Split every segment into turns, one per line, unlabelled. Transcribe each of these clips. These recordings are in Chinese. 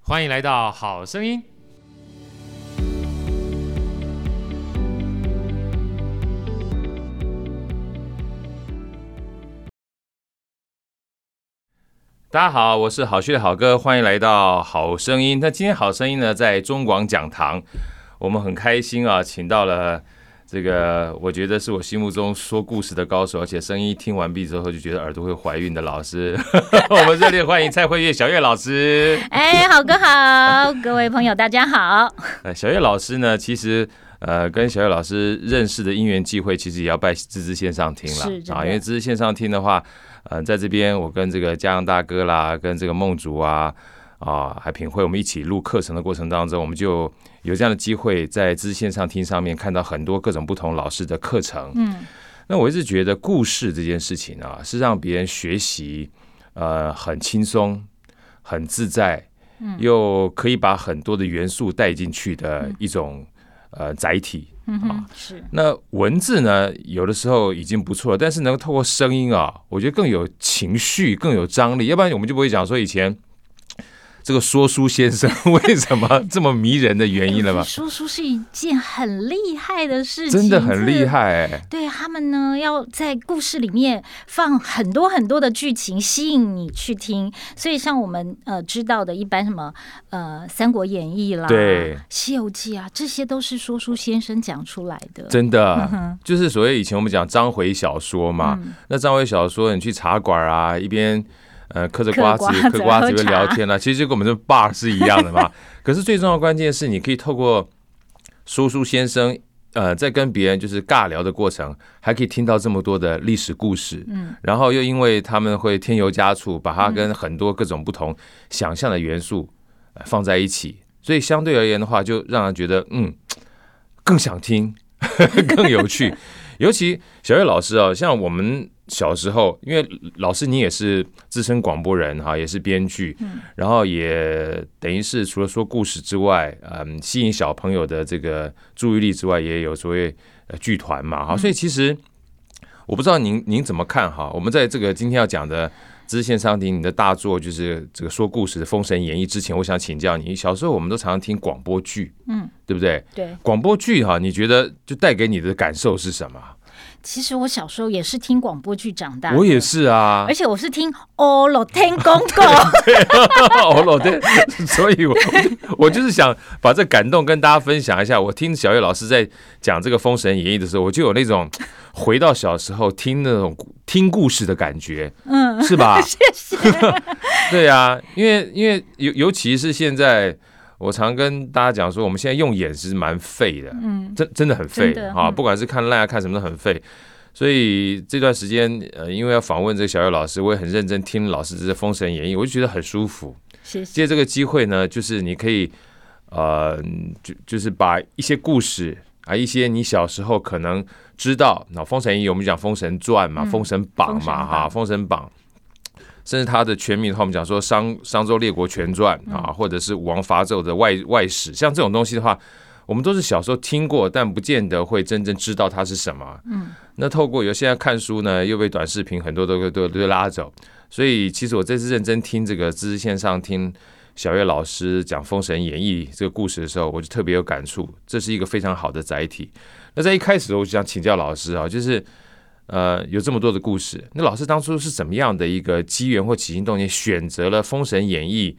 欢迎来到《好声音》。
大家好，我是好趣的好哥，欢迎来到《好声音》。那今天《好声音》呢，在中广讲堂，我们很开心啊，请到了这个我觉得是我心目中说故事的高手，而且声音一听完毕之后就觉得耳朵会怀孕的老师。 我们热烈欢迎蔡慧月小月老师。
哎，好哥好，各位朋友大家 好。
呃，小月老师呢，其实呃，跟小月老师认识的因缘际会，其实也要拜芝芝线上听
是
了
真
啊，
的
因为芝芝线上听的话，呃，在这边我跟这个嘉阳大哥啦，跟这个梦竹啊。啊，还品会我们一起录课程的过程当中，我们就有这样的机会在知识线上听上面看到很多各种不同老师的课程。
嗯，
那我一直觉得故事这件事情啊，是让别人学习，呃，很轻松、很自在，又可以把很多的元素带进去的一种、呃载体。
嗯哼，是
那文字呢，有的时候已经不错了，但是能够透过声音啊，我觉得更有情绪、更有张力。要不然我们就不会讲说以前这个说书先生 为什么这么迷人的原因了 吧？
说书是一件很厉害的事情，
真的很厉
这。
害、 哎
对他们呢，要在故事里面放很多很多的剧情，吸引你去听。所以像我们呃知道的，一般什么呃《三国演义》啦，
对
《西游记》啊，这些都是说书先生讲出来的。
真的，就是所谓以前我们讲章回小说嘛，那章回小说你去茶馆啊，一边呃嗑着
嗑
瓜子
瓜子
嗑瓜子
喝
一边聊
茶
天啊，其实就跟我们这 bar 是一样的嘛。可是最重要的关键是，你可以透过叔叔先生。呃，在跟别人就是尬聊的过程，还可以听到这么多的历史故事，嗯，然后又因为他们会添油加醋，把它跟很多各种不同想象的元素、呃放在一起，所以相对而言的话，就让人觉得嗯，更想听， 更有趣。尤其小月老师啊，像我们小时候，因为老师你也是资深广播人哈、也是编剧，然后也等于是除了说故事之外，嗯，吸引小朋友的这个注意力之外，也有所谓呃剧团嘛哈、所以其实我不知道您您怎么看哈、我们在这个今天要讲的。知识线上听你的大作就是这个说故事的《封神演义》之前，我想请教你，小时候我们都常常听广播剧，
嗯，
对不对？
对，
广播剧哈、你觉得就带给你的感受是什么？
其实我小时候也是听广播剧长大的，
我也，是啊
而，且我是听《哦罗天公 公》。
哦老对， 所以我我就是想把这感动跟大家分享一下。我听小月老师在讲这个《封神演义》的时候，我就有那 种回到小时候听那种听故事的感觉，
嗯，
是吧？
谢谢。
对啊，因为因为尤尤其是现在，我常跟大家讲说，我们现在用眼是蛮废的，
嗯，
真真的很废
真的
啊，
嗯
不管是看赖啊看什么都很废。所以这段时间，呃，因为要访问这个小月老师，我也很认真听老师这《封神演义》，我就觉得很舒服。
谢谢。
借这个机会呢，就是你可以，呃，就就是把一些故事啊，一些你小时候可能知道，那《封神演义》我们讲《封神传》嘛，
嗯
封神榜》
封神
嘛，
榜
哈，《封神榜》，甚至它的全名的话，我们讲说商商周列国全传
嗯
啊，或者是武王伐纣的外外史，像这种东西的话。我们都是小时候听过，但不见得会真正知道它是什么。嗯，那透过有现在看书呢，又被短视频很多都都都拉走，所以其实我这次认真听这个知识线上听小月老师讲《封神演义》这个故事的时候，我就特别有感触，这是一个非常好的载体。那在一开始，我就想请教老师啊，就是呃，有这么多的故事，那老师当初是怎么样的一个机缘或起心动念，选择了《封神演义》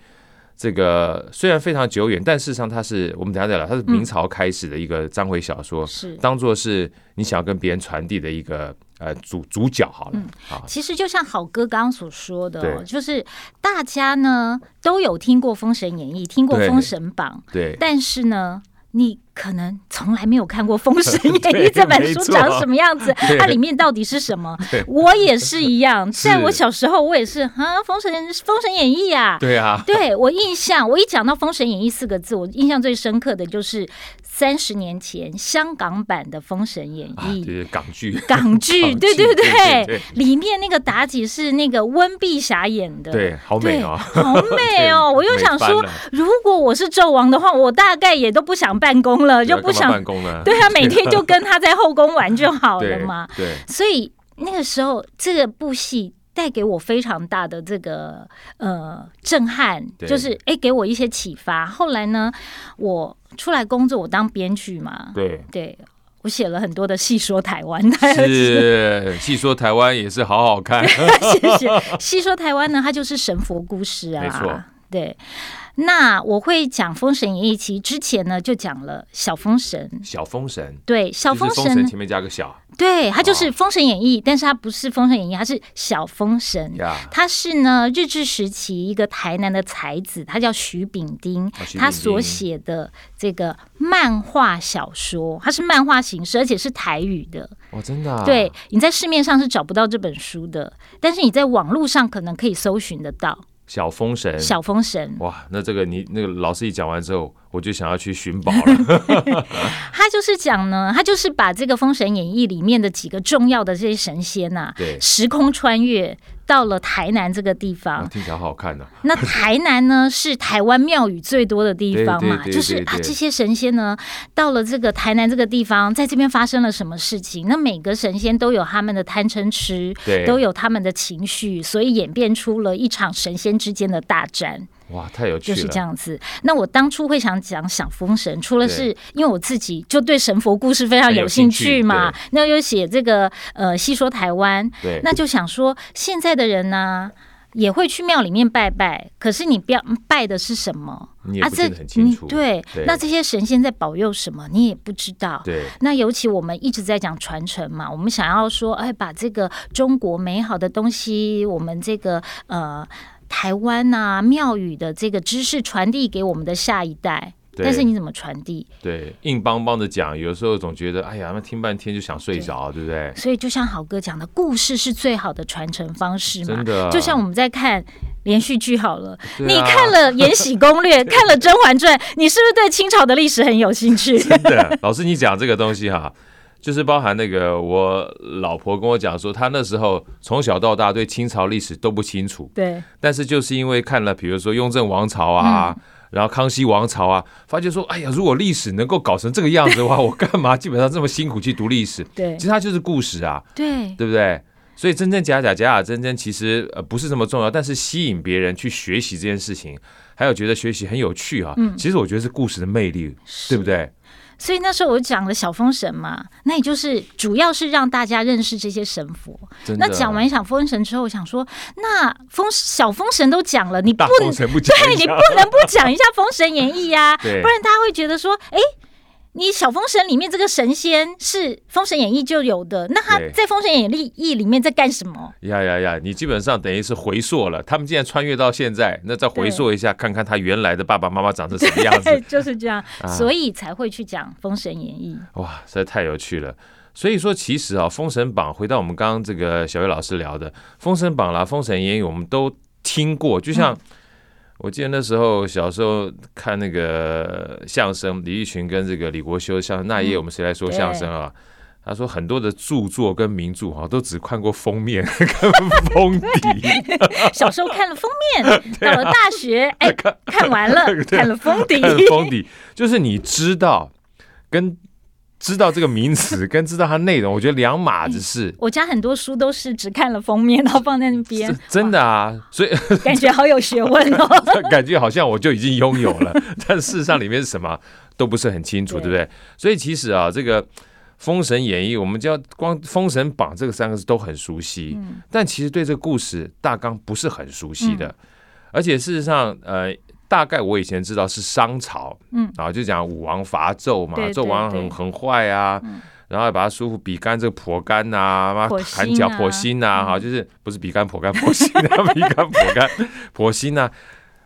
这个虽然非常久远，但事实上它是我们等一下再聊，它是明朝开始的一个章回小说，
是，
当做是你想要跟别人传递的一个呃主主角好了，啊，
其实就像好哥刚刚所说的哦、
对
就是大家呢都有听过《封神演义》，听过
对
《封神榜》，
对。
但是呢。你可能从来没有看过《封神演 义
对》
这本
没
书
错
长什么样子，
对
它里面到底是什么
对？
我也是一样，
是
在我小时候，我也是啊，《封神》《封神演义》啊，
对啊，
对我印象，我一讲到《封神演义》四个字，我印象最深刻的就是三十年前香港版的《封神演义
啊，》就是港 剧，
港剧，
港
对
剧对
对
对对
对，里面那个妲己是那个温碧霞演的，
对，好美
对，
哦。
好 美哦！我又
美
想
翻
说
了，
如果我是纣王的话，我大概也都不想办公了，就
对啊
不
干嘛
想
办，公呢？
对啊，每天就跟他在后宫玩就好了
对
嘛。
对
所以那个时候这个部戏。带给我非常大的这个呃震撼，
对
就是哎给我一些启发。后来呢，我出来工作，我当编剧嘛，
对，
对我写了很多的戏说台湾，大家
是戏说台湾也是好好 看，
谢谢。细说台湾呢，它就是神佛故事啊，
没错
对。那我会讲《封神演义》，其实之前呢就讲了小封神，
小封神，
对，小
就是
封
封神前面加个小
对，它就是
哦
《封神演义》，但是它不是《封神演义》，它是小封神。
呀，
他是呢日治时期一个台南的才子，他叫徐秉丁
啊徐，秉
他所
丁
写的这个漫画小说，它是漫画形式，而且是台语的。
哦，真的啊，
对，你在市面上是找不到这本书的，但是你在网络上可能可以搜寻得到
小封神。
《小封神》，
哇，那这个你那个老师一讲完之后，我就想要去寻宝 了。
他就是讲呢，他就是把这个《封神演义》里面的几个重要的这些神仙呐、
对，
时空穿越到了台南这个地
哇
方。
听起来好好看呢、哦
那台南呢，是台湾庙宇最多的地方嘛，
对对对
就是
对
啊，
对
这些神仙呢，到了这个台南这个地方，在这边发生了什么事情？那每个神仙都有他们的贪嗔痴，
对，
都有他们的情绪，所以演变出了一场神仙之间的大战，
哇，太有趣
就
了。
是这样子。那我当初会想讲想封神，除了
对
是因为我自己就对神佛故事非常
很
有
有
兴
兴
趣
趣
嘛，那又写这个呃戏说台湾，
对，
那就想说现在的人呢、也会去庙里面拜拜，可是你不要嗯拜的是什么
你也
啊？
不
这
见得很清
你
楚。
对，
对
那这些神仙在保佑什么，你也不知道。
对
那尤其我们一直在讲传承嘛，我们想要说，哎，把这个中国美好的东西，我们这个呃台湾呐、庙宇的这个知识传递给我们的下一代。
对
但是你怎么传递？
对，硬邦邦的讲，有时候总觉得，哎呀，那听半天就想睡着，对不对？
所以就像好哥讲的，故事是最好的传承方式嘛
真。的，啊
就像我们在看连续剧好了，
对啊
你看了《延禧攻略》， 看了《甄嬛传》，你是不是对清朝的历史很有兴趣？
真的，老师你讲这个东西哈，就是包含那个我老婆跟我讲说，她那时候从小到大对清朝历史都不清楚，
对，
但是就是因为看了，比如说雍正王朝啊。
嗯
然后康熙王朝啊，发觉说，哎呀，如果历史能够搞成这个样子的话，我干嘛基本上这么辛苦去读历史？
对
其，实它就是故事啊，
对，
对不对？所以真真假假，假假真真，其实呃不是这么重要，但是吸引别人去学习这件事情，还有觉得学习很有趣啊。嗯，其实我觉得是故事的魅力，对不对？
所以那时候我讲了小封神嘛，那也就是主要是让大家认识这些神佛。
真的。
那讲完小封神之后，我想说，那封小封神都讲了，你不
大
能
风神不讲
对
一
你
下
不能不讲一下《封神演义》呀，不
对
然大家会觉得说，哎。你小封神里面这个神仙是《封神演义》就有的，那他
对
在《封神演义》里面在干 什么？
呀呀呀！你基本上等于是回溯了，他们既然穿越到现在，那再回溯一下，看看他原来的爸爸妈妈长成什么样子，
就是这 样，
啊
所以才会去讲《封神演义》。
哇，实在太有趣了。所以说，其实啊，《封神榜》回到我们刚刚这个小岳老师聊的，《封神榜》啦，《封神演义》，我们都听过。就像我记得那时候小时候看那个相声，李立群跟这个李国修相声，那一夜我们谁来说相声啊？他说很多的著作跟名著啊，都只看过封面跟封底，
小时候看了封 面，到了大学，哎，看完了，
啊对
看了封底，
看封底，就是你知道跟知道这个名词跟知道它内容，我觉得两码子事。
我家很多书都是只看了封面，然后放在那 边
真，真的啊，所以
哇感觉好有学问哦。
感觉好像我就已经拥有了， 但事实上里面是什么都不是很清楚，
对
对不对？所以其实啊，这个《封神演义》，我们叫光《封神榜》这个三个字都很熟悉，
嗯
但其实对这个故事大纲不是很熟悉的。
嗯
而且事实上，呃，大概我以前知道是商朝，
嗯，
然后就讲武王伐纣嘛
对，对
纣王很
对
很坏啊。然后还把他叔父比干这个婆干呐、妈
婆
砍
心
脚
啊
婆心呐、哈、就是不是比干婆干婆心啊， 比干婆干婆心呐、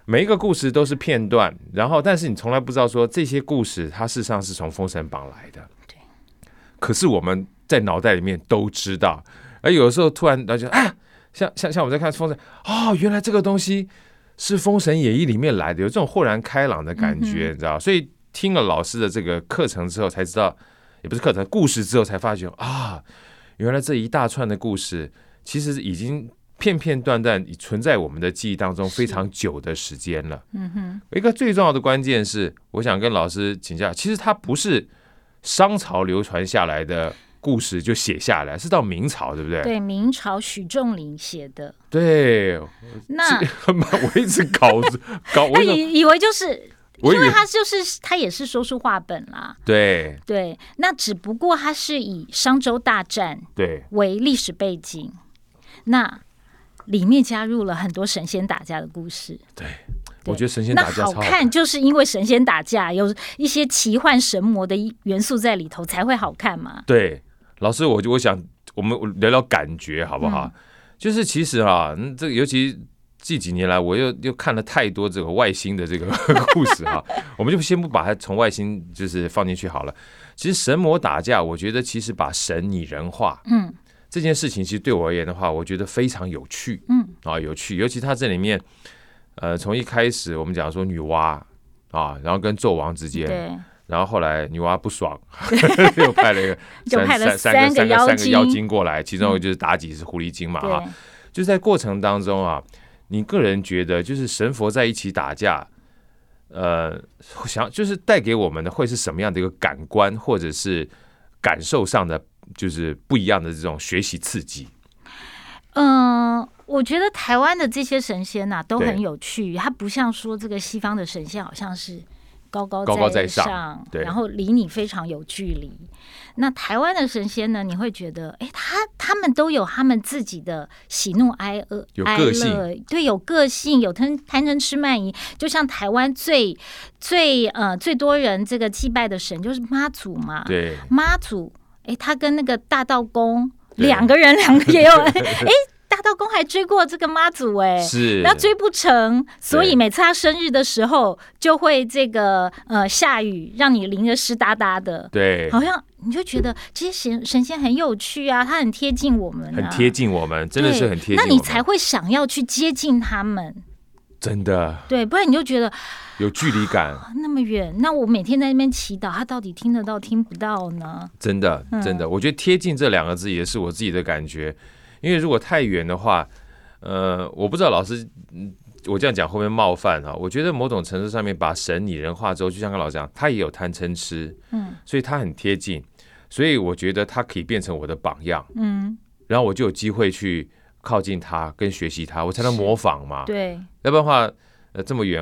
每一个故事都是片段，然后但是你从来不知道说这些故事它事实上是从《封神榜》来的。
对。
可是我们在脑袋里面都知道，而有的时候突然大家啊，像像像我们在看《封神》，哦，原来这个东西是《封神演义》里面来的，有这种豁然开朗的感
嗯
觉，你知道？所以听了老师的这个课程之后，才知道也不是课程故事之后才发觉啊，原来这一大串的故事其实已经片片段段已存在我们的记忆当中非常久的时间了。
嗯哼，
一个最重要的关键是，我想跟老师请教，其实它不是商朝流传下来的故事就写下来，是到明朝，对不对？
对，明朝许仲林写的。
对，
那
这 我一直搞搞，我
他
一直
以以为就是，
我以
因为
为
他就是他也是说书话本啦。
对
对，那只不过他是以商周大战
对
为历史背景，那里面加入了很多神仙打架的故事。
对，我觉得神仙
那
打架超
好看，就是因为神仙打架有一些奇幻神魔的元素在里头，才会好看嘛。
对，老师，我就我想我们聊聊感觉好不
嗯
好？就是其实啊，嗯这个尤其这几年来，我又又看了太多这个外星的这个 故事哈、我们就先不把它从外星就是放进去好了。其实神魔打架，我觉得其实把神拟人化，
嗯
这件事情，其实对我而言的话，我觉得非常有趣
嗯
啊，有趣。尤其它这里面，呃，从一开始我们讲说女娲啊，然后跟纣王之间，
对，
然后后来女娲不 爽， 又派了一个
就派了
三
三
三
个
个
妖
三个妖
精嗯
精过来，其中一个就是妲己是狐狸精嘛啊
对，，
就在过程当中啊，你个人觉得就是神佛在一起打架，呃，想就是带给我们的会是什么样的一个感官或者是感受上的就是不一样的这种学习刺激？
嗯、我觉得台湾的这些神仙呐、都
对
很有趣，它不像说这个西方的神仙好像是高高
高高在
上，
上对
然后离你非常有距离。那台湾的神仙呢，你会觉得，哎，他他们都有他们自己的喜怒哀乐，
有
哀
个
乐
性
对，有个性，有贪贪嗔痴慢疑。就像台湾最最呃最多人这个祭拜的神就是妈祖嘛，
对
妈祖，哎，他跟那个大道公
对
两个人，两个 也有，哎，大道公还追过这个妈祖，哎。
是
那追不成，所以
对
每次他生日的时候就会这个呃下雨，让你淋得湿哒哒的，
对，
好像你就觉得这些神神仙很有趣啊，他很贴近我们、啊，
很贴近我们，真的是
对
很贴近我
那
们，
你才会想要去接近他们，
真的
对，不然你就觉得
有距离感。
啊那么远，那我每天在那边祈祷，他到底听得到听不到呢？
真的，
嗯
真的，我觉得“贴近”这两个字也是我自己的感觉，因为如果太远的话，呃，我不知道老师，嗯我这样讲会不会冒犯啊？我觉得某种程度上面把神拟人化之后，就像跟老师讲，他也有贪嗔痴，
嗯，
所以他很贴近，所以我觉得他可以变成我的榜样，
嗯，
然后我就有机会去靠近他，跟学习他，我才能模仿嘛。
对。
要不然的话，呃，这么远，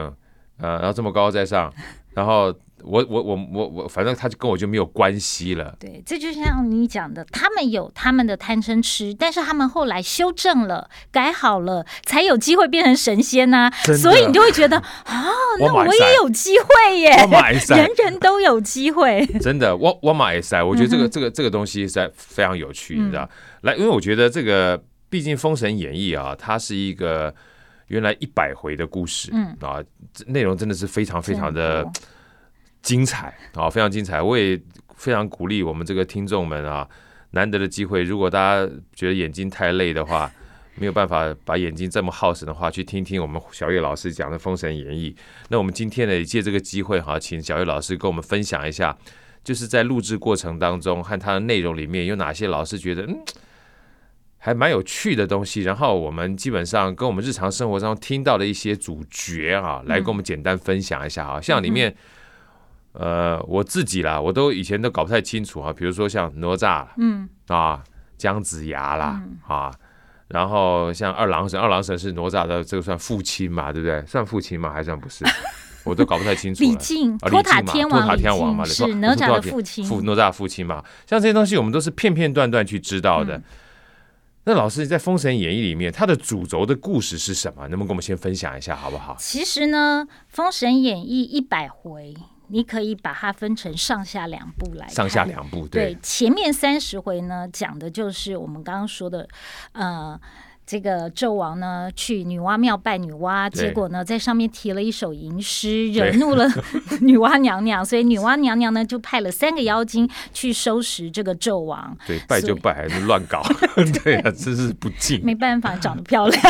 呃，然后这么高高在上，然后我我我我我，反正他就跟我就没有关系了。
对，这就像你讲的，他们有他们的贪嗔痴，但是他们后来修正了、改好了，才有机会变成神仙呐、
真的
所以你就 会觉得，啊，那
马
我
赛
也有机会耶，
我马赛
人人都有机会。
真的，我我马也塞，我觉得这
嗯
个、这个这个东西实在非常有趣，你知道？来，因为我觉得这个，毕竟《封神演义》啊，它是一个原来一百回的故事，
嗯
啊，这内容真的是非常 非常的
真
精彩啊，非常精彩。我也非常鼓励我们这个听众们啊，难得的机会，如果大家觉得眼睛太累的话，没有办法把眼睛这么耗神的话，去听听我们小岳老师讲的《封神演义》。那我们今天呢，也借这个机会哈、请小岳老师跟我们分享一下，就是在录制过程当中和它的内容里面有哪些老师觉得嗯。还蛮有趣的东西，然后我们基本上跟我们日常生活中听到的一些主角啊，来跟
嗯
我们简单分享一下啊，像里面，呃，我自己啦，我都以前都搞不太清楚啊，比如说像哪吒，
嗯，
啊，姜子牙啦、啊，然后像二郎神，二郎神是哪吒的这个算父亲嘛，对不对？算父亲吗？还算不是？我都搞不太清楚
李
了。
靖，
啊，
托
李靖
塔
嘛
天
托塔
王，李
天王嘛，
靖
你说
是哪吒的父
父
亲。
哪吒的父亲嘛，像这些东西我们都是片片段段去知道
嗯
的。那老师在《封神演义》里面，它的主轴的故事是什么？能不能跟我们先分享一下，好不好？
其实呢，《封神演义》一百回，你可以把它分成上下两部来看。
上下两部，
对，前面三十回呢，讲的就是我们刚刚说的，呃，这个纣王呢去女娲庙拜女娲，
对
结果呢在上面提了一首吟诗，
对
惹怒 了女娲娘娘，所以女娲娘娘呢就派了三个妖精去收拾这个纣王。
对，拜就拜，还是乱 搞，对啊，真是不敬。 啊
没办法，长得漂亮。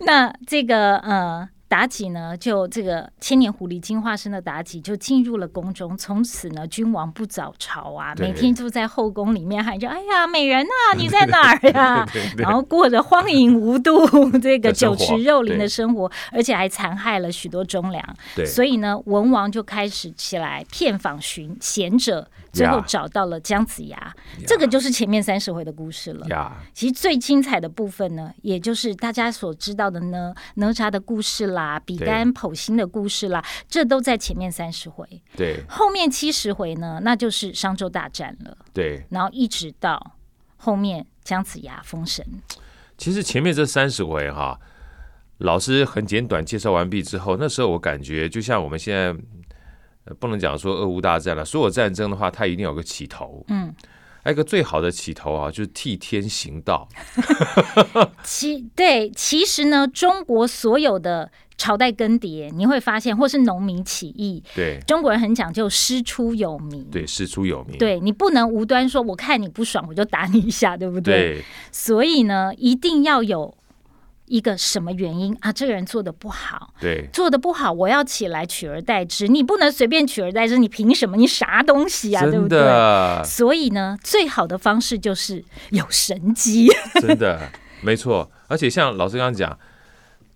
那这个呃，妲己呢，就这个千年狐狸精化身的妲己就进入了宫中，从此呢，君王不早朝啊，
对
每天就在后宫里面喊着：“哎呀，美人呐、你在哪儿呀、
对对对
然后过着荒淫无度、这个
的生
酒
活
池肉林的
对
生活，而且还残害了许多忠良。
对，
所以呢，文王就开始起来骗访寻贤者，最后
呀
找到了姜子牙。这个就是前面三十回的故事了。
呀，
其实最精彩的部分呢，也就是大家所知道的呢，哪吒的故事啦，比干剖心的故事啦，这都在前面三十回。
对
后面七十回呢，那就是商周大战了，
对，
然后一直到后面姜子牙封神。
其实前面这三十回哈，老师很简短介绍完毕之后，那时候我感觉就像我们现在、呃不能讲说俄乌大战了，所有战争的话，它一定有个起头，
嗯，
还有一个最好的起头啊，就是替天行道，
其对，其实呢，中国所有的朝代更迭，你会发现，或是农民起义，
对
中国人很讲究师出有名。
对，师出有名，
对你不能无端说，我看你不爽，我就打你一下，对不
对
所以呢，一定要有一个什么原因啊？这个人做的不好，
对
做的不好，我要起来取而代之。你不能随便取而代之，你凭什么？你啥东西啊？对不
真
对？
的
所以呢，最好的方式就是有神 机。
真的没错，而且像老师刚刚讲。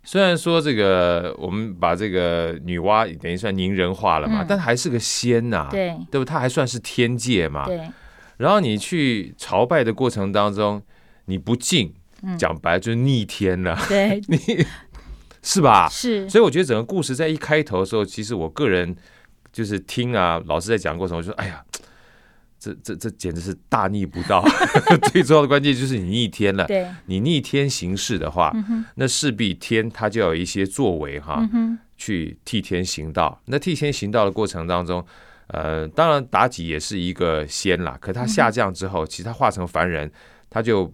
虽然说这个我们把这个女娲等于算拟人化了嘛，
嗯
但还是个仙呐、
对
对不？她还算是天界嘛，
对，
然后你去朝拜的过程当中，你不敬，
嗯
讲白了就是逆天了，
对，
是吧？
是，
所以我觉得整个故事在一开头的时候，其实我个人就是听啊，老师在讲过程，我就说，哎呀，这这这简直是大逆不 道。 最重要的关键就是你逆天了，
对，
你逆天行事的话，那势必天它就要有一些作为哈。
嗯哼，
去替天行道。那替天行道的过程当中，呃，当然妲己也是一个仙啦，可她下降之后，其实她化成凡人，她就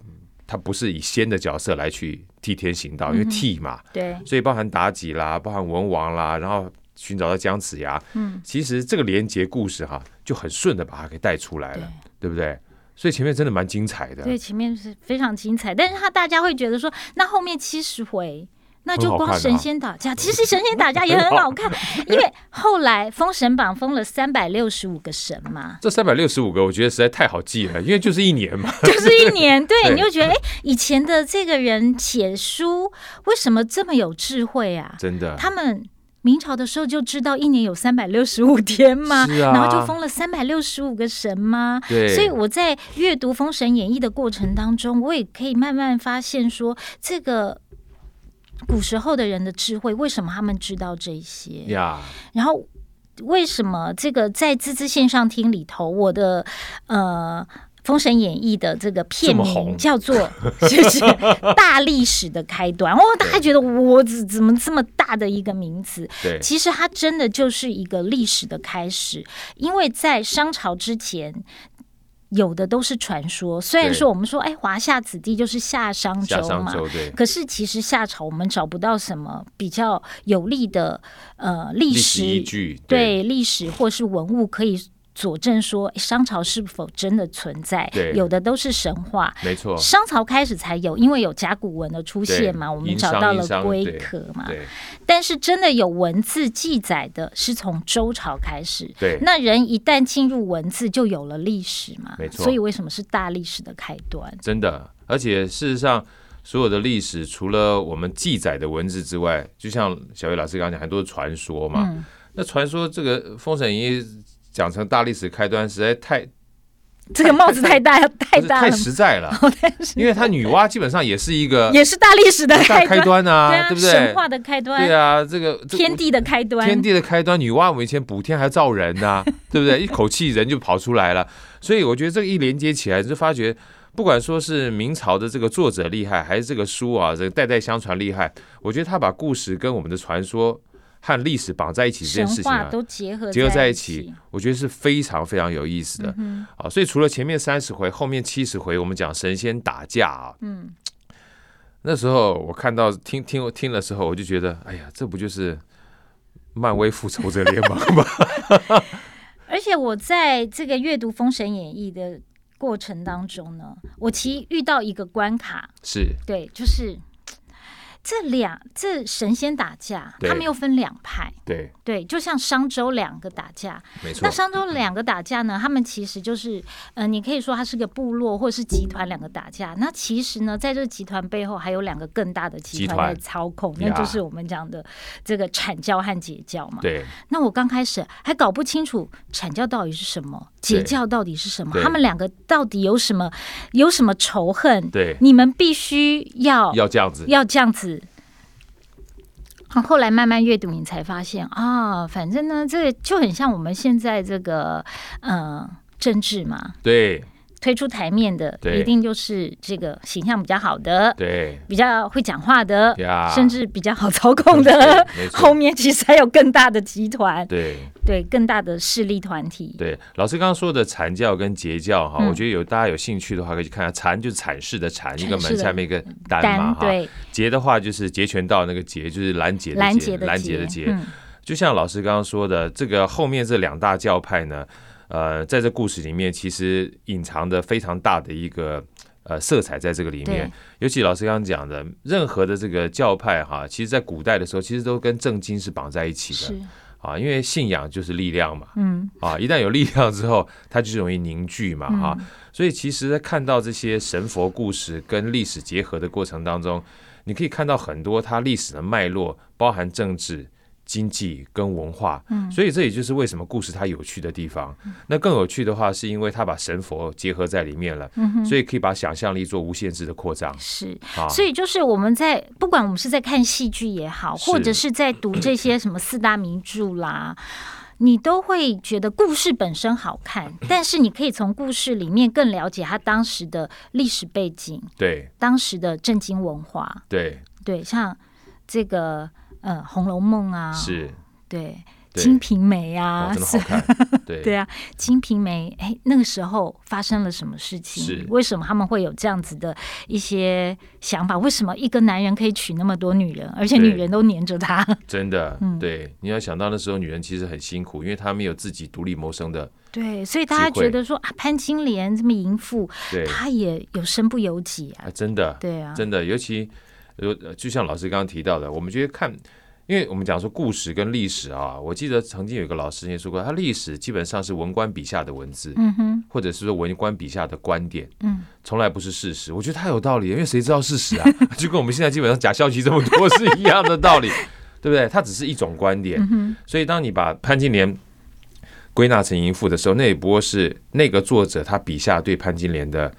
她不是以仙的角色来去替天行
嗯
道，因为替嘛，
对，
所以包含妲己啦，包含文王啦，然后寻找到姜子牙，
嗯，
其实这个连接故事哈、就很顺的把它给带出来了，对不对？所以前面真的蛮精彩的，
对，啊前面是非常精彩，但是他大家会觉得说，那后面七十回。那就
很好
光
看啊
神仙打架，其实神仙打架也 很好看，啊因为后来《封神榜》封了三百六十五个神 嘛，
这三百六十五个我觉得实在太好记了，因为就是一年嘛，
就是一年，对，
对
你就觉得哎，以前的这个人写书为什么这么有智慧啊？
真的。
他们明朝的时候就知道一年有三百六十 五天嘛，
是啊
然后就封了三百六十五个神嘛。
对
所以我在阅读《封神演义》的过程当中，我也可以慢慢发现说，这个古时候的人的智慧，为什么他们知道这些？
呀
然后为什么这个在滋滋线上听里头，我的呃。《封神演义》的这个片
这么
名
红
叫做就是大历史的开端，哦，大家觉得我怎怎么这么大的一个名字？
对，
其实它真的就是一个历史的开始，因为在商朝之前。有的都是传说，虽然
对
说我们说，哎，华夏子弟就是夏商周
夏商
嘛，
周对，
可是其实夏朝我们找不到什么比较有力的呃历
历
史
史依据，
对历史或是文物可以佐证说诶商朝是否真的存在
对，
有的都是神话。
没错，
商朝开始才有，因为有甲骨文的出现嘛，
对
我们
殷
找
商
到
殷
了
商
龟
对
壳嘛。
对
但是真的有文字记载的是从周朝开始。
对
那人一旦进入文字，就有了历史嘛，
没错
所以为什么是大历史的开端？
真的。而且事实上，所有的历史除了我们记载的文字之外，就像小雨老师刚刚讲，很多是传说嘛。
嗯
那传说这个《封神演义》讲成大历史开端，实在太
这个帽子太大太
不是
大
太
了，哦
实在 了，因为它女娲基本上也是一个
也是大历史的
呃大
开
开
端，
端
对
啊，
啊，
对不
神
对？
话的开端，
对啊，这个这
天地的开端，
天地的开端，女娲我们以前补天还造人 呐、对不对？一口气人就跑出来了，所以我觉得这个一连接起来，你就发觉，不管说是明朝的这个作者厉害，还是这个书啊，这个代代相传厉害，我觉得他把故事跟我们的传说和历史绑在一起这件事
神
情
话
啊，
都结合
结合在
在
一起，我觉得是非常非常有意思的、
嗯
啊。所以除了前面三十回，后面七十回我们讲神仙打架啊，
嗯，
那时候我看到听听听的时候，我就觉得，哎呀，这不就是漫威复仇者联盟吗？
而且我在这个阅读《封神演义》的过程当中呢，我其实遇到一个关卡，
是
对，就是这两这神仙打架，
对
他们又分两派，
对，
对，就像商周两个打架，
没错
那，商周两个打架呢，他们其实就是，呃，你可以说它是个部落或是集团两个打架。那其实呢，在这个集团背后还有两个更大的集
集
团
团
在操控，
呀
那就是我们讲的这个阐教和解教嘛。
对
那我刚开始还搞不清楚阐教到底是什么，解
对
教到底是什么，
对
他们两个到底有什么有什么仇恨？
对，
你们必须要
要这样子，
要这样子。好后来慢慢阅读，你才发现啊，反正呢，这个就很像我们现在这个呃政治嘛，
对
推出台面的
对
一定就是这个形象比较好的，
对
比较会讲话的，
呀，
甚至比较好操控的。
对没
后
错，
面其实还有更大的集团，
对。
对更大的势力团体。
对，老师刚刚说的禅教跟截教哈，
嗯
我觉得有大家有兴趣的话可以去看下。禅就是阐释的禅，一个
阐释
门
的
下面一个单嘛
单
哈。
对
截的话就是截拳道那个截，就是拦截的
拦
截，
截的
拦截的
截
截。
嗯
就像老师刚刚说的，这个后面这两大教派呢，呃，在这故事里面其实隐藏的非常大的一个呃色彩在这个里面
对。
尤其老师刚刚讲的，任何的这个教派哈，其实在古代的时候，其实都跟正经是绑在一起的
是
啊，因为信仰就是力量嘛。
嗯
啊，一旦有力量之后，它就容易凝聚嘛，哈、所以其实在看到这些神佛故事跟历史结合的过程当中，你可以看到很多它历史的脉络，包含政治、经济跟文化。嗯，所以这也就是为什么故事它有趣的地方。那更有趣的话，是因为它把神佛结合在里面了，所以可以把想象力做无限制的扩张。
是。
啊，
所以就是我们在不管我们是在看戏剧也好，
是
或者是在读这些什么四大名著啦，你都会觉得故事本身好 看，但是你可以从故事里面更了解他当时的历史背景、
对
当时的政经文化。
对
对，像这个呃《红楼梦》啊，
是，
对《
对
金瓶梅》啊
哇，，真的好看，对
对啊，《金瓶梅》哎，那个时候发生了什么事情
是？
为什么他们会有这样子的一些想法？为什么一个男人可以娶那么多女人，而且
对
女人都黏 着他？
真的
嗯，
对，你要想到那时候女人其实很辛苦，因为她们有自己独立谋生的，
对，所以大家
机会
觉得说啊，潘金莲这么淫妇，
对，
她也有身不由己啊
啊，。真的，
对啊，
真的，尤其呃，就像老师刚刚提到的，我们觉得看，因为我们讲说故事跟历史啊，我记得曾经有一个老师也说过，他历史基本上是文官笔下的文字，
嗯哼，
或者是说文官笔下的观点，
嗯，
从来不是事实。我觉得他有道理，因为谁知道事实 啊？就跟我们现在基本上假消息这么多是一样的道理，对不对？它只是一种观点，
嗯
所以当你把潘金莲归纳成淫妇的时候，那也不过是那个作者他笔下对潘金莲的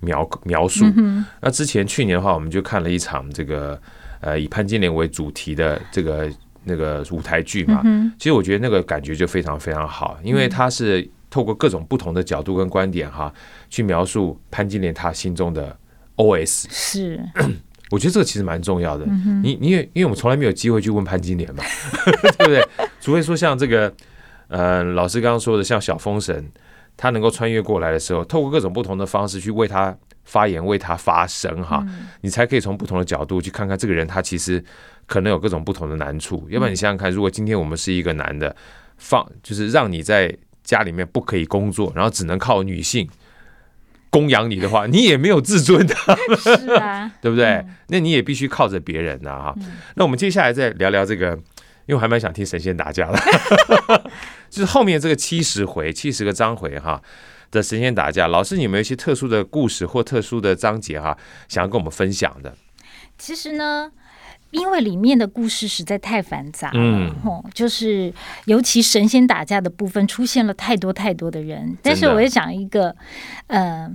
描描述。
嗯
那之前去年的话，我们就看了一场这个呃以潘金莲为主题的这个那个舞台剧嘛。其实我觉得那个感觉就非常非常好，因为它是透过各种不同的角度跟观点哈，去描述潘金莲她心中的 OS。
是
我觉得这个其实蛮重要的。你你也因为我们从来没有机会去问潘金莲嘛， 对不对？除非说像这个，呃，老师刚刚说的，像小风神，他能够穿越过来的时候，透过各种不同的方式去为他发言、为他发声哈，你才可以从不同的角度去看看这个人，他其实可能有各种不同的难处。要不然你想想看，如果今天我们是一个男的，放就是让你在家里面不可以工作，然后只能靠女性供养你的话，你也没有自尊的。
是啊，
对不对？那你也必须靠着别人呐、哈。
嗯
那我们接下来再聊聊这个，因为我还蛮想听神仙打架的， 就是后面这个七十回、七十个章回哈的神仙打架，老师你有没有一些特殊的故事或特殊的章节哈，想要跟我们分享的？
其实呢。因为里面的故事实在太繁杂了，
嗯
吼哦就是尤其神仙打架的部分出现了太多太多的人。但是我也讲一个，呃，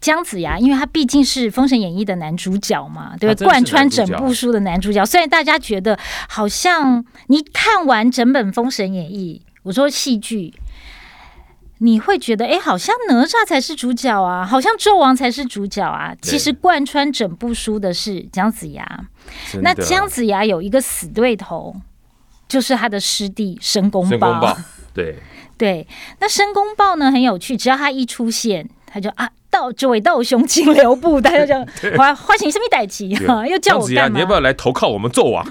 姜子牙，因为他毕竟是《封神演义》的男主角嘛，对不对？
他真
贯
的是
穿
男主
整
角
部书的男主角。虽然大家觉得好像你看完整本《封神演义》，我说戏剧。你会觉得，哎，好像哪吒才是主角啊，好像纣王才是主角啊。
对
其实贯穿整部书的是姜子牙。
嗯真
那
的
姜子牙有一个死对头，就是他的师弟申公
申公
豹。
豹，对
对，那申公豹呢很有趣，只要他一出现，他就啊，道嘴道雄情流布，大 家讲花花行什么代志啊？又叫
姜
我
子牙，
干
你
嘛？
要不 要来投靠我们纣王？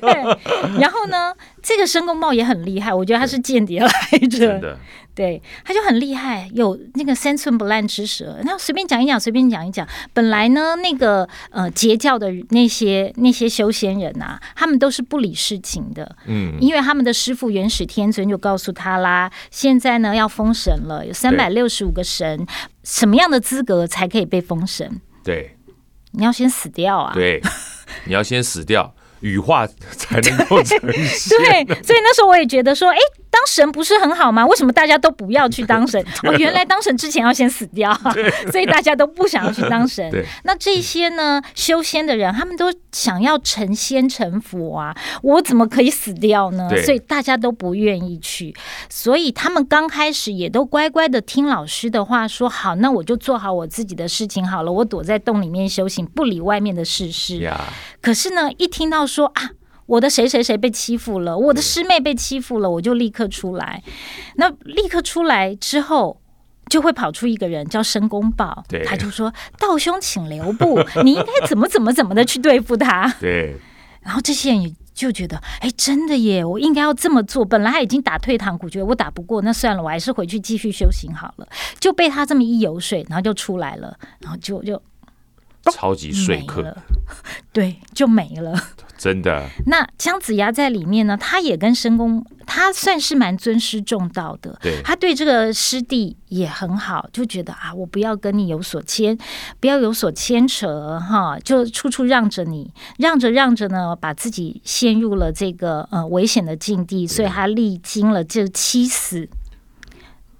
对，然后呢，这个申公豹也很厉害，我觉得他是间谍来
真
着，
的，
对，他就很厉害，有那个三寸不烂之舌，那随便讲一讲，随便讲一讲。本来呢，那个呃截教的那些那些修仙人呐、他们都是不理事情的，
嗯，
因为他们的师傅元始天尊就告诉他啦，现在呢要封神了，有三百六十五个神，什么样的资格才可以被封神？
对
你要先死掉啊！
对，你要先死掉，羽化才能够成仙。
对，所以那时候我也觉得说，哎，当神不是很好吗？为什么大家都不要去 当神？哦，原来当神之前要先死掉， 所以大家都不想要去当神
对。
那这些呢，修仙的人，他们都想要成仙成佛啊，我怎么可以死掉呢
对？
所以大家都不愿意去，所以他们刚开始也都乖乖的听老师的话，说好，那我就做好我自己的事情好了，我躲在洞里面修行，不理外面的世事。
呀，
可是呢，一听到说啊，我的谁谁谁被欺负了，我的师妹被欺负了，我就立刻出来。那立刻出来之后。就会跑出一个人叫申公豹
对，
他就说：“道兄，请留步， 你应该怎么怎么怎么的去对付他。
对，”
然后这些人也就觉得：“哎，真的耶，我应该要这么做。本来他已经打退堂鼓，觉得我打不过，那算了，我还是回去继续修行好了。”就被他这么一游说，然后就出来了，然后就就
超级
没
说客，
了， 对，就没了。
真的，
那姜子牙在里面呢，他也跟申公，他算是蛮尊师重道的，
对
他对这个师弟也很好，就觉得啊，我不要跟你有所牵，不要有所牵扯哈，就处处让着你，让着让着呢，把自己陷入了这个呃危险的境地，所以他历经了这七死。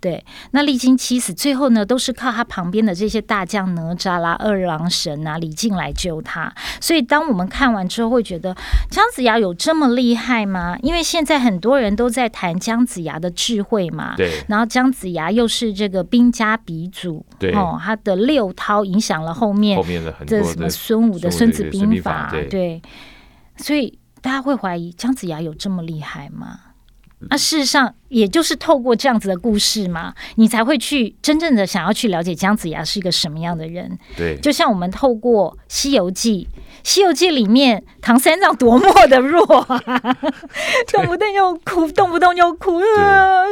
对，那历经七死，最后呢，都是靠他旁边的这些大将哪吒啦、二郎神啊、李靖来救他。所以，当我们看完之后，会觉得姜子牙有这么厉害吗？因为现在很多人都在谈姜子牙的智慧嘛。
对
然后姜子牙又是这个兵家鼻祖，
对
哦，他的六韬影响了后面
后面的很多
这什么
的
孙武的《
孙武
孙
的
子
一个孙
兵
兵法对
对，所以大家会怀疑姜子牙有这么厉害吗？那、
嗯
事实上，也就是透过这样子的故事嘛，你才会去真正的想要去了解姜子牙是一个什么样的人。
对
就像我们透过《西游记》，《西游记》里面唐三藏多么的弱啊， 动不动就哭，动不动就哭，呃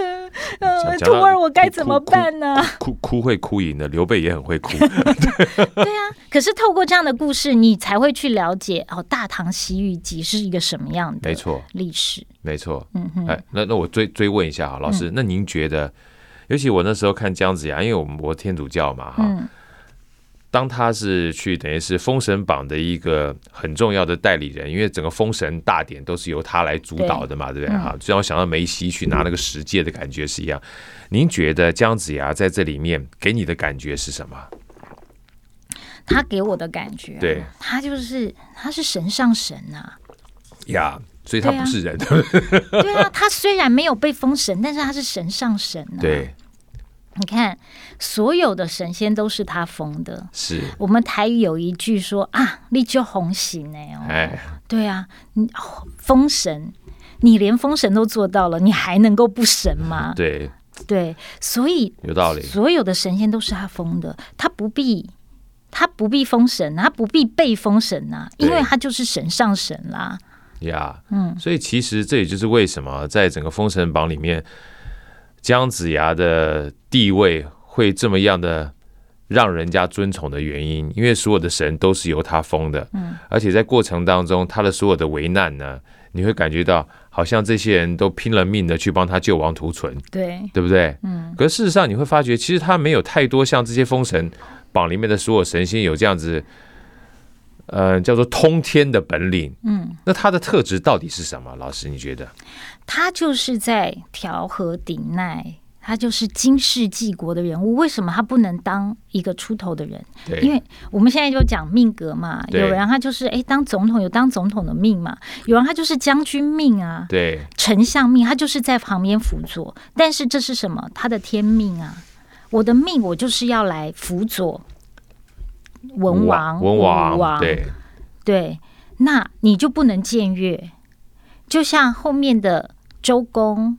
呃，
讲讲
徒
到
儿我该
哭
怎么
哭
办呢、
哭哭会哭赢的，刘备也很会 哭，
可是透过这样的故事，你才会去了解哦，《大唐西域记》是一个什么样
没
的
错。
历史？
没错，
嗯哼，
哎，那那我追追问一下哈，老师，那您觉得，尤其我那时候看姜子牙，因为我们我天主教嘛哈，
嗯
当他是去等于是封神榜的一个很重要的代理人，因为整个封神大典都是由他来主导的嘛，对不对哈？
嗯
就让我想到梅西去拿那个十戒的感觉是一样。您觉得姜子牙在这里面给你的感觉是什么？
他给我的感觉，
对，
他就是他是神上神 啊，
呀、所以他
对啊
不是 人，
对啊，他虽然没有被封神，但是他是神上神啊。，
对，
你看，所有的神仙都是他封的。
是，
我们台语有一句说啊，你就红行呢哦，
哎，
对啊，你哦封神，你连封神都做到了，你还能够不神吗？
对，
对，所以
有道理，
所有的神仙都是他封的，他不必。他不必封神，啊他不必被封神呐、
对
因为他就是神上神啦。
呀，嗯，所以其实这也就是为什么在整个《封神榜》里面，姜子牙的地位会这么样的让人家尊崇的原因，因为所有的神都是由他封的，嗯，而且在过程当中，他的所有的危难呢，你会感觉到好像这些人都拼了命的去帮他救亡图存，
对，
对不对？嗯，可是事实上你会发觉，其实他没有太多像这些《封神榜》里面的所有神仙有这样子。呃，叫做通天的本领，
嗯，
那他的特质到底是什么？老师，你觉得？
他就是在调和鼎奈，他就是经世济国的人物。为什么他不能当一个出头的人？
对
因为我们现在就讲命格嘛，
对
有人他就是诶当总统有当总统的命嘛，有人他就是将军命啊，
对
丞相命，他就是在旁边辅佐。但是这是什么？他的天命啊！我的命，我就是要来辅佐文王、
文
武
王，
王
对
对，那你就不能僭越。就像后面的周公，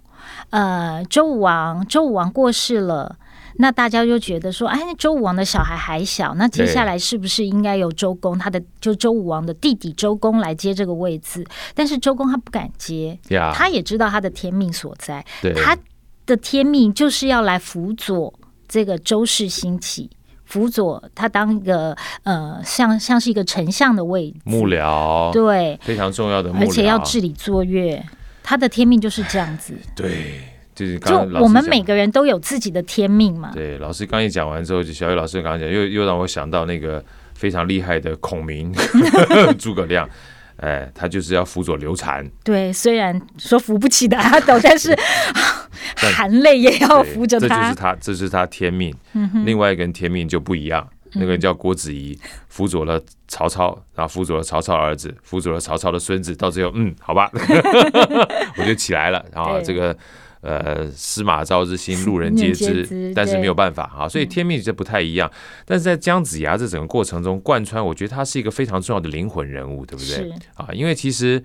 呃，周武王，周武王过世了，那大家就觉得说，哎，周武王的小孩还小，那接下来是不是应该由周公他的就周武王的弟弟周公来接这个位置？但是周公他不敢接，
呀，
他也知道他的天命所在，
啊对，
他的天命就是要来辅佐这个周氏兴起。辅佐他当一个呃，像像是一个丞相的位置，
幕僚
对，
非常重要的幕僚，
而且要治理作乐，他的天命就是这样子。
对，就是刚
就
刚老师
我们
讲
每个人都有自己的天命嘛，
对老师刚一讲完之后，就小雨老师刚刚讲，又又让我想到那个非常厉害的孔明 诸葛亮，哎，他就是要辅佐刘禅，
对，虽然说扶不起的阿斗， 但是
但
含泪也要
对
扶着
这就是
他。嗯
他，这是他天命。另外一个人天命就不一样，那个人叫郭子仪，辅佐了曹操，然后辅佐了曹操儿子，辅佐了曹操的孙子，到最后，嗯，好 吧，我就起来了。然后
对
这个呃，司马昭之心，路人皆
路人
知，
皆知
但是
对
没有办法啊，所以天命就不太一样。但是在姜子牙这整个过程中贯穿，我觉得他是一个非常重要的灵魂人物，对不对
是？
啊，因为其实。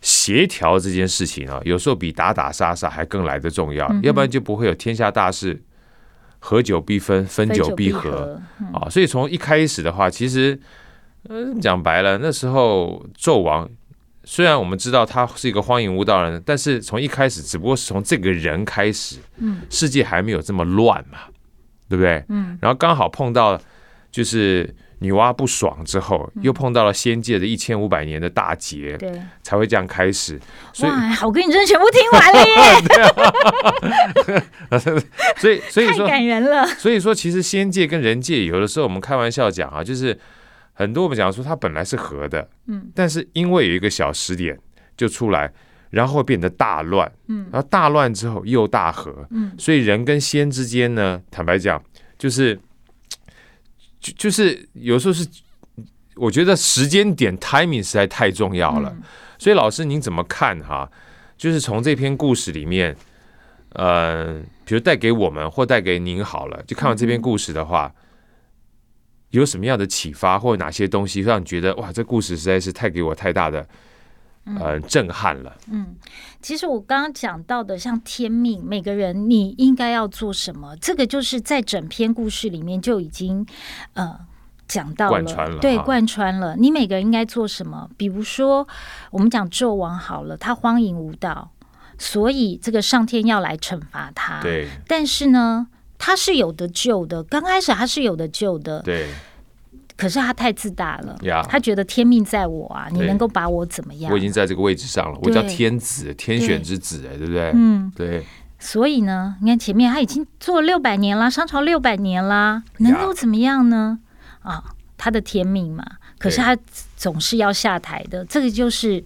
协调这件事情啊，有时候比打打杀杀还更来得重要，要不然就不会有天下大事，合久必分，分
分
久
必
必合，啊。所以从一开始的话，其实，嗯，讲白了，那时候纣王虽然我们知道他是一个荒淫无道的人，但是从一开始，只不过是从这个人开始，
嗯，
世界还没有这么乱嘛，对不对？嗯，然后刚好碰到就是女娲不爽之后，又碰到了仙界的一千五百年的大劫，
嗯对，
才会这样开始。所以
哇，好歌你真的全部听完了耶，
所以 所以
太
说，
感人了。
所以说其实仙界跟人界有的时候我们开玩笑讲啊，就是很多我们讲说它本来是合的，
嗯，
但是因为有一个小时点就出来，然后会变得大乱，
嗯，
然后大乱之后又大和，
嗯，
所以人跟仙之间呢，坦白讲就是就就是有时候是。我觉得时间点 timing 实在太重要
嗯
了，所以老师您怎么看哈、就是从这篇故事里面，呃，比如带给我们或带给您好了，就看完这篇故事的话，
嗯
有什么样的启发，或者哪些东西让你觉得哇，这故事实在是太给我太大的
嗯
呃震撼了？
其实我刚刚讲到的，像天命，每个人你应该要做什么，这个就是在整篇故事里面就已经呃讲到了，
贯穿了
对，
哈
贯穿了。你每个人应该做什么？比如说，我们讲纣王好了，他荒淫无道，所以这个上天要来惩罚他。，
对
但是呢，他是有的救的，刚开始他是有的救的，
对
可是他太自大了。
呀，
他觉得天命在我啊，你
对
能够把我怎么样
我已？经在这个位置上了，我叫
对
天子，天选之子，哎，对不对？
嗯，
对
所以呢，你看前面他已经做六百年啦，商朝六百年啦，
呀
能够怎么样呢？啊，他的天命嘛，可是
对
他总是要下台的，这个就是。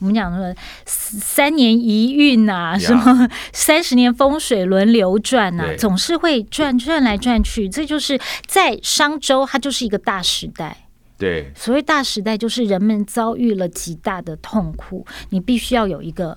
我们讲说三年一运呐、
呀
什么三十年风水轮流转呐、
对
总是会转转来转去。这就是在商周，它就是一个大时代。
对
所谓大时代，就是人们遭遇了极大的痛苦，你必须要有一个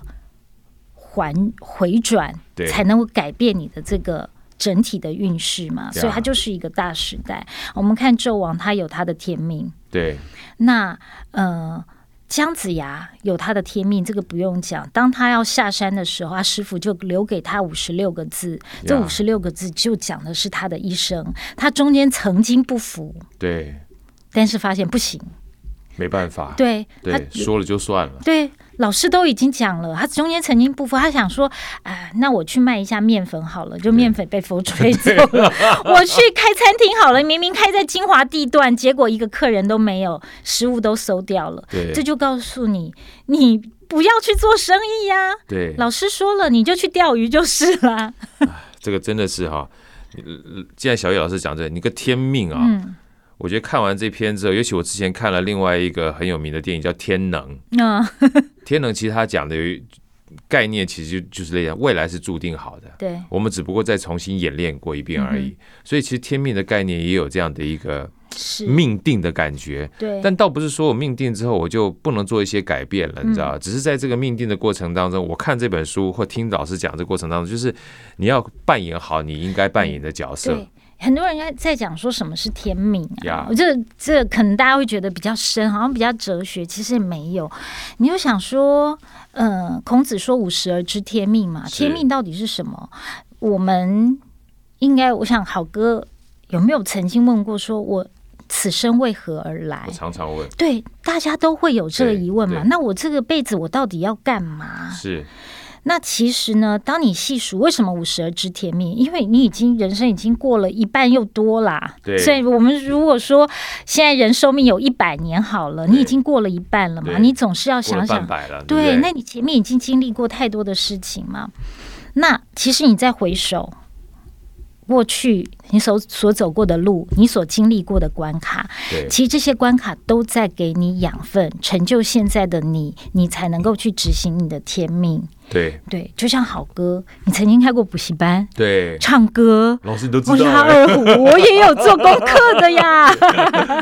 还回转，
对
才能够改变你的这个。整体的运势嘛，
对啊
所以它就是一个大时代。我们看纣王，他有他的天命；
对
那呃，姜子牙有他的天命，这个不用讲。当他要下山的时候，他师傅就留给他五十六个字，这
呀
五十六个字就讲的是他的一生。他中间曾经不服，
对，
但是发现不行，
没办法，
对他
对，说了就算了，
对，老师都已经讲了，他中间曾经不服，他想说，哎，那我去卖一下面粉好了，就面粉被风吹走 了。我去开餐厅好了，明明开在精华地段，结果一个客人都没有，食物都馊掉了。
对
这就告诉你，你不要去做生意呀、
对，
老师说了，你就去钓鱼就是啦。
这个真的是哈。呃既然小叶老师讲这个，你个天命啊，
嗯，
我觉得看完这篇之后，尤其我之前看了另外一个很有名的电影叫《天能》，
那、
天能其实它讲的有一概念，其实就就是类似未来是注定好的，
对，
我们只不过再重新演练过一遍而已。所以其实天命的概念也有这样的一个
是，
命定的感觉，
对，
但倒不是说我命定之后我就不能做一些改变
嗯
了，你知道吧？只是在这个命定的过程当中，我看这本书或听老师讲这个过程当中，就是你要扮演好你应该扮演的角色
对。，很多人在在讲说什么是天命
Yeah，
啊我这这可能大家会觉得比较深，好像比较哲学，其实也没有。你就想说，呃，孔子说“五十而知天命”嘛，
是
天命到底是什么？我们。应该我想好哥有没有曾经问过，说我此生为何而来
我？常常问，
对，大家都会有这个
对
疑问嘛。
对
那我这个辈子我到底要干嘛？
是
那其实呢，当你细数为什么五十而知甜蜜，因为你已经人生已经过了一半又多啦。
对
所以我们如果说现在人寿命有一百年好了，
对
你已经过了一半了嘛，
对
你总是要
过了半
想想，
百了，对不
对，
对
那你前面已经经历过太多的事情嘛。那其实你再回首过去，你所所走过的路，你所经历过的关卡，
对
其实这些关卡都在给你养分，成就现在的你，你才能够去执行你的天命。
对
对，就像好歌，你曾经开过补习班，
对，
唱歌。
老师你都 知
我是
道
哈
哎，
二胡，我也有做功课 的呀。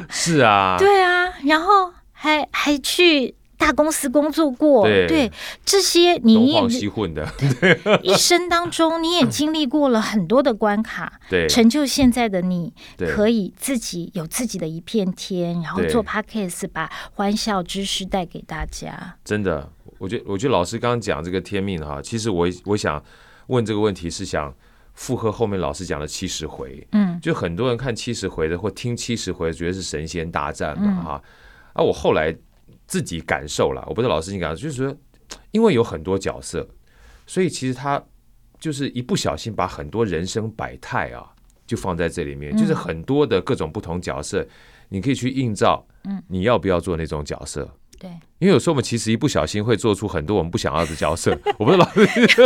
是啊，
对啊，然后还还去大公司工作过。
对
这些你
东
也
晃西混的，
一生当中，你也经历过了很多的关卡，
对
成就现在的你，
对
可以自己有自己的一片天，然后
对
做 podcast，把欢笑知识带给大家。
真的，我觉得我觉得老师刚刚讲这个天命哈，其实我我想问这个问题是想附和后面老师讲的七十回，
嗯，
就很多人看七十回的或听七十回，觉得是神仙大战嘛哈、啊，我后来自己感受了，我不是老师你感受，就是说，因为有很多角色，所以其实他就是一不小心把很多人生百态啊，就放在这里面，就是很多的各种不同角色，你可以去映照，你要不要做那种角色？
对，
因为有时候我们其实一不小心会做出很多我们不想要的角 色。我不是老师，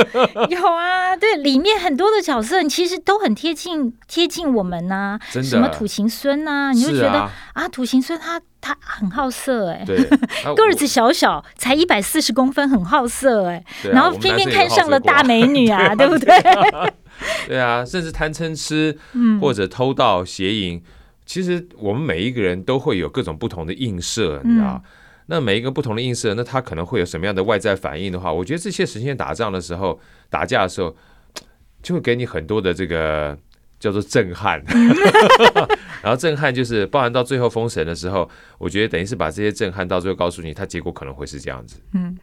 有啊，对，里面很多的角色其实都很贴近贴近我们呐、
真的
什么土行孙呐、你就是觉得
啊
土行孙他他很好色哎、
对，啊
个子小小，才一百四十公分，很好色哎、
对啊
然
我
后
们
偏
男
偏
生也
看
好
上
色
了
过
大
啊
美女 啊，对不对？
对啊，甚至贪嗔痴，
嗯
或者偷盗、邪淫，其实我们每一个人都会有各种不同的映射，你知道。
嗯
那每一个不同的映射，那他可能会有什么样的外在反应的话，我觉得这些神仙打仗的时候，打架的时候，就会给你很多的这个叫做震撼。
嗯
然后震撼就是包含到最后封神的时候，我觉得等于是把这些震撼到最后告诉你，它结果可能会是这样子。
嗯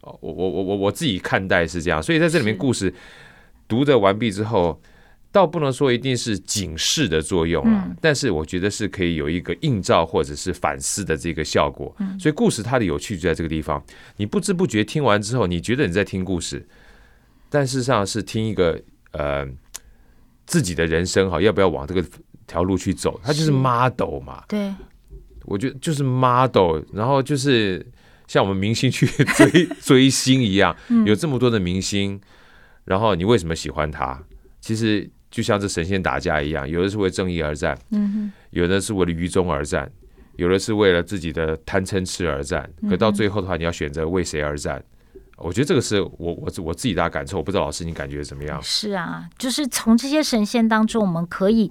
哦，我我我我我自己看待是这样，所以在这里面
是
故事读的完毕之后，倒不能说一定是警示的作用啊，但是我觉得是可以有一个映照或者是反思的这个效果。所以故事它的有趣就在这个地方，你不知不觉听完之后，你觉得你在听故事，但事实上是听一个呃自己的人生哈，要不要往这个条路去走？它就是是 model 嘛，
对，
我觉得就是 model，然后就是像我们明星去 追追星一样，
嗯
有这么多的明星，然后你为什么喜欢他？其实就像这神仙打架一样，有的是为正义而战，
嗯
有的是为了愚忠而战，有的是为了自己的贪嗔痴而战。
嗯
可到最后的话，你要选择为谁而战？我觉得这个是我我我自己大感受，我不知道老师你感觉怎么样
哼，？是啊，就是从这些神仙当中，我们可以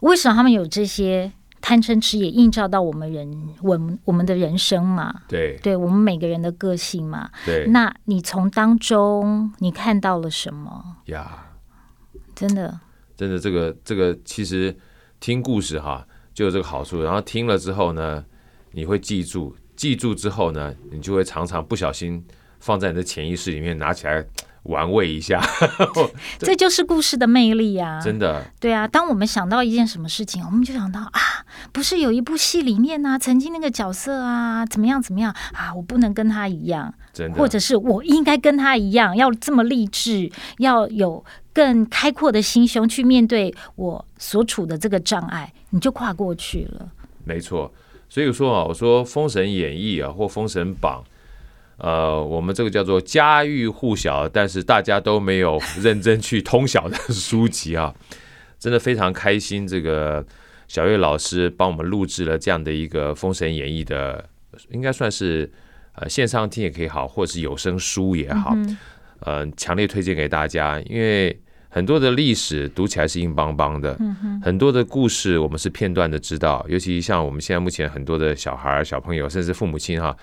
为什么他们有这些贪嗔痴，也映照到我们人我们我们的人生嘛，
对
对我们每个人的个性嘛。
对
那你从当中你看到了什么？
呀。
真的，
真的这个这个其实听故事哈就有这个好处，然后听了之后呢，你会记住，记住之后呢，你就会常常不小心放在你的潜意识里面拿起来玩味一下，
这就是故事的魅力啊！
真的
对啊，当我们想到一件什么事情，我们就想到啊，不是有一部戏里面啊，曾经那个角色啊，怎么样怎么样啊，我不能跟他一样，
真的，
或者是我应该跟他一样，要这么励志，要有更开阔的心胸去面对我所处的这个障碍，你就跨过去了。
没错。所以说啊，我说《封神演义》啊，或《封神榜》，呃，我们这个叫做家喻户晓，但是大家都没有认真去通晓的书籍啊， 真的非常开心。这个小月老师帮我们录制了这样的一个《封神演义》的，应该算是呃线上听也可以好，或者是有声书也好，呃，强烈推荐给大家，因为。很多的历史读起来是硬邦邦的，很多的故事我们是片段的知道，尤其像我们现在目前很多的小孩儿、小朋友，甚至父母亲哈，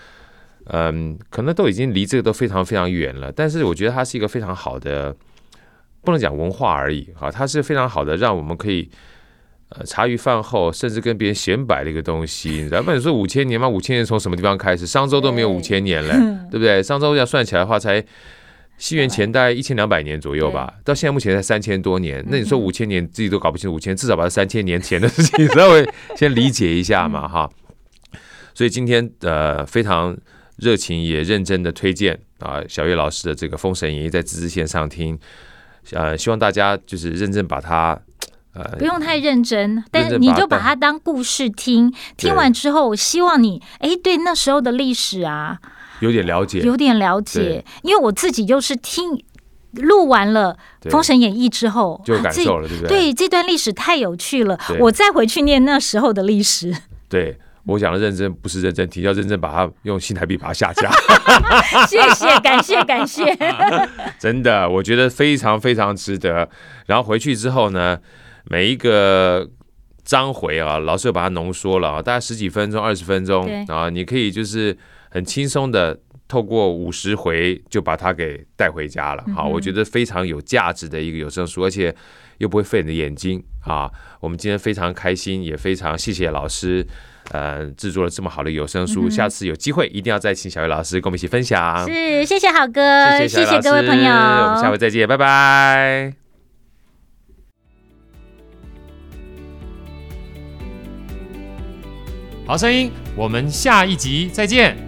嗯，可能都已经离这个都非常非常远了。但是我觉得它是一个非常好的，不能讲文化而已哈，它是非常好的，让我们可以。呃，茶余饭后，甚至跟别人显摆的一个东西，你知道？不然你说五千年嘛，五千年从什么地方开始？商周都没有
对
五千年了，对不对？商周要算起来的话，才西元前大概一千两百年左右吧，到现在目前才三千多
嗯
年。那你说五千年自己都搞不清楚，五千至少把它三千年前的 事情稍 微先理解一下
嗯
嘛哈。所以今天呃非常热情也认真的推荐啊小岳老师的这个《封神演义》在知识线上听，呃希望大家就是认真把它呃
不用太认真，但是
真
你
把它
就把它当故事听。听完之后，我希望你哎，对那时候的历史啊，
有点了解，
有点了解
对。
因为我自己就是听录完了《
对
封神演义》之后，
就有
啊
感
自己
受了，对不对？
对这段历史太有趣了，
对
我再回去念那时候的 历史，
对，我讲的认真不是认真题，要认真把它用新台币把它下架。
谢谢，感谢，感谢。
真的，我觉得非常非常值得。然后回去之后呢，每一个章回啊，老师又把它浓缩了啊，大概十几分钟、二十分钟
对
啊，你可以就是很轻松的透过五十回就把它给带回家了。好，我觉得非常有价值的一个有声书，而且又不会费你的眼睛啊。我们今天非常开心，也非常谢谢老师。呃，制作了这么好的有声书，下次有机会一定要再请小雨老师跟我们一起分享。
是，谢谢好哥，
谢谢小
谢
野老
各位
师
朋友，
我们下回再见，拜拜。
好声音，我们下一集再见。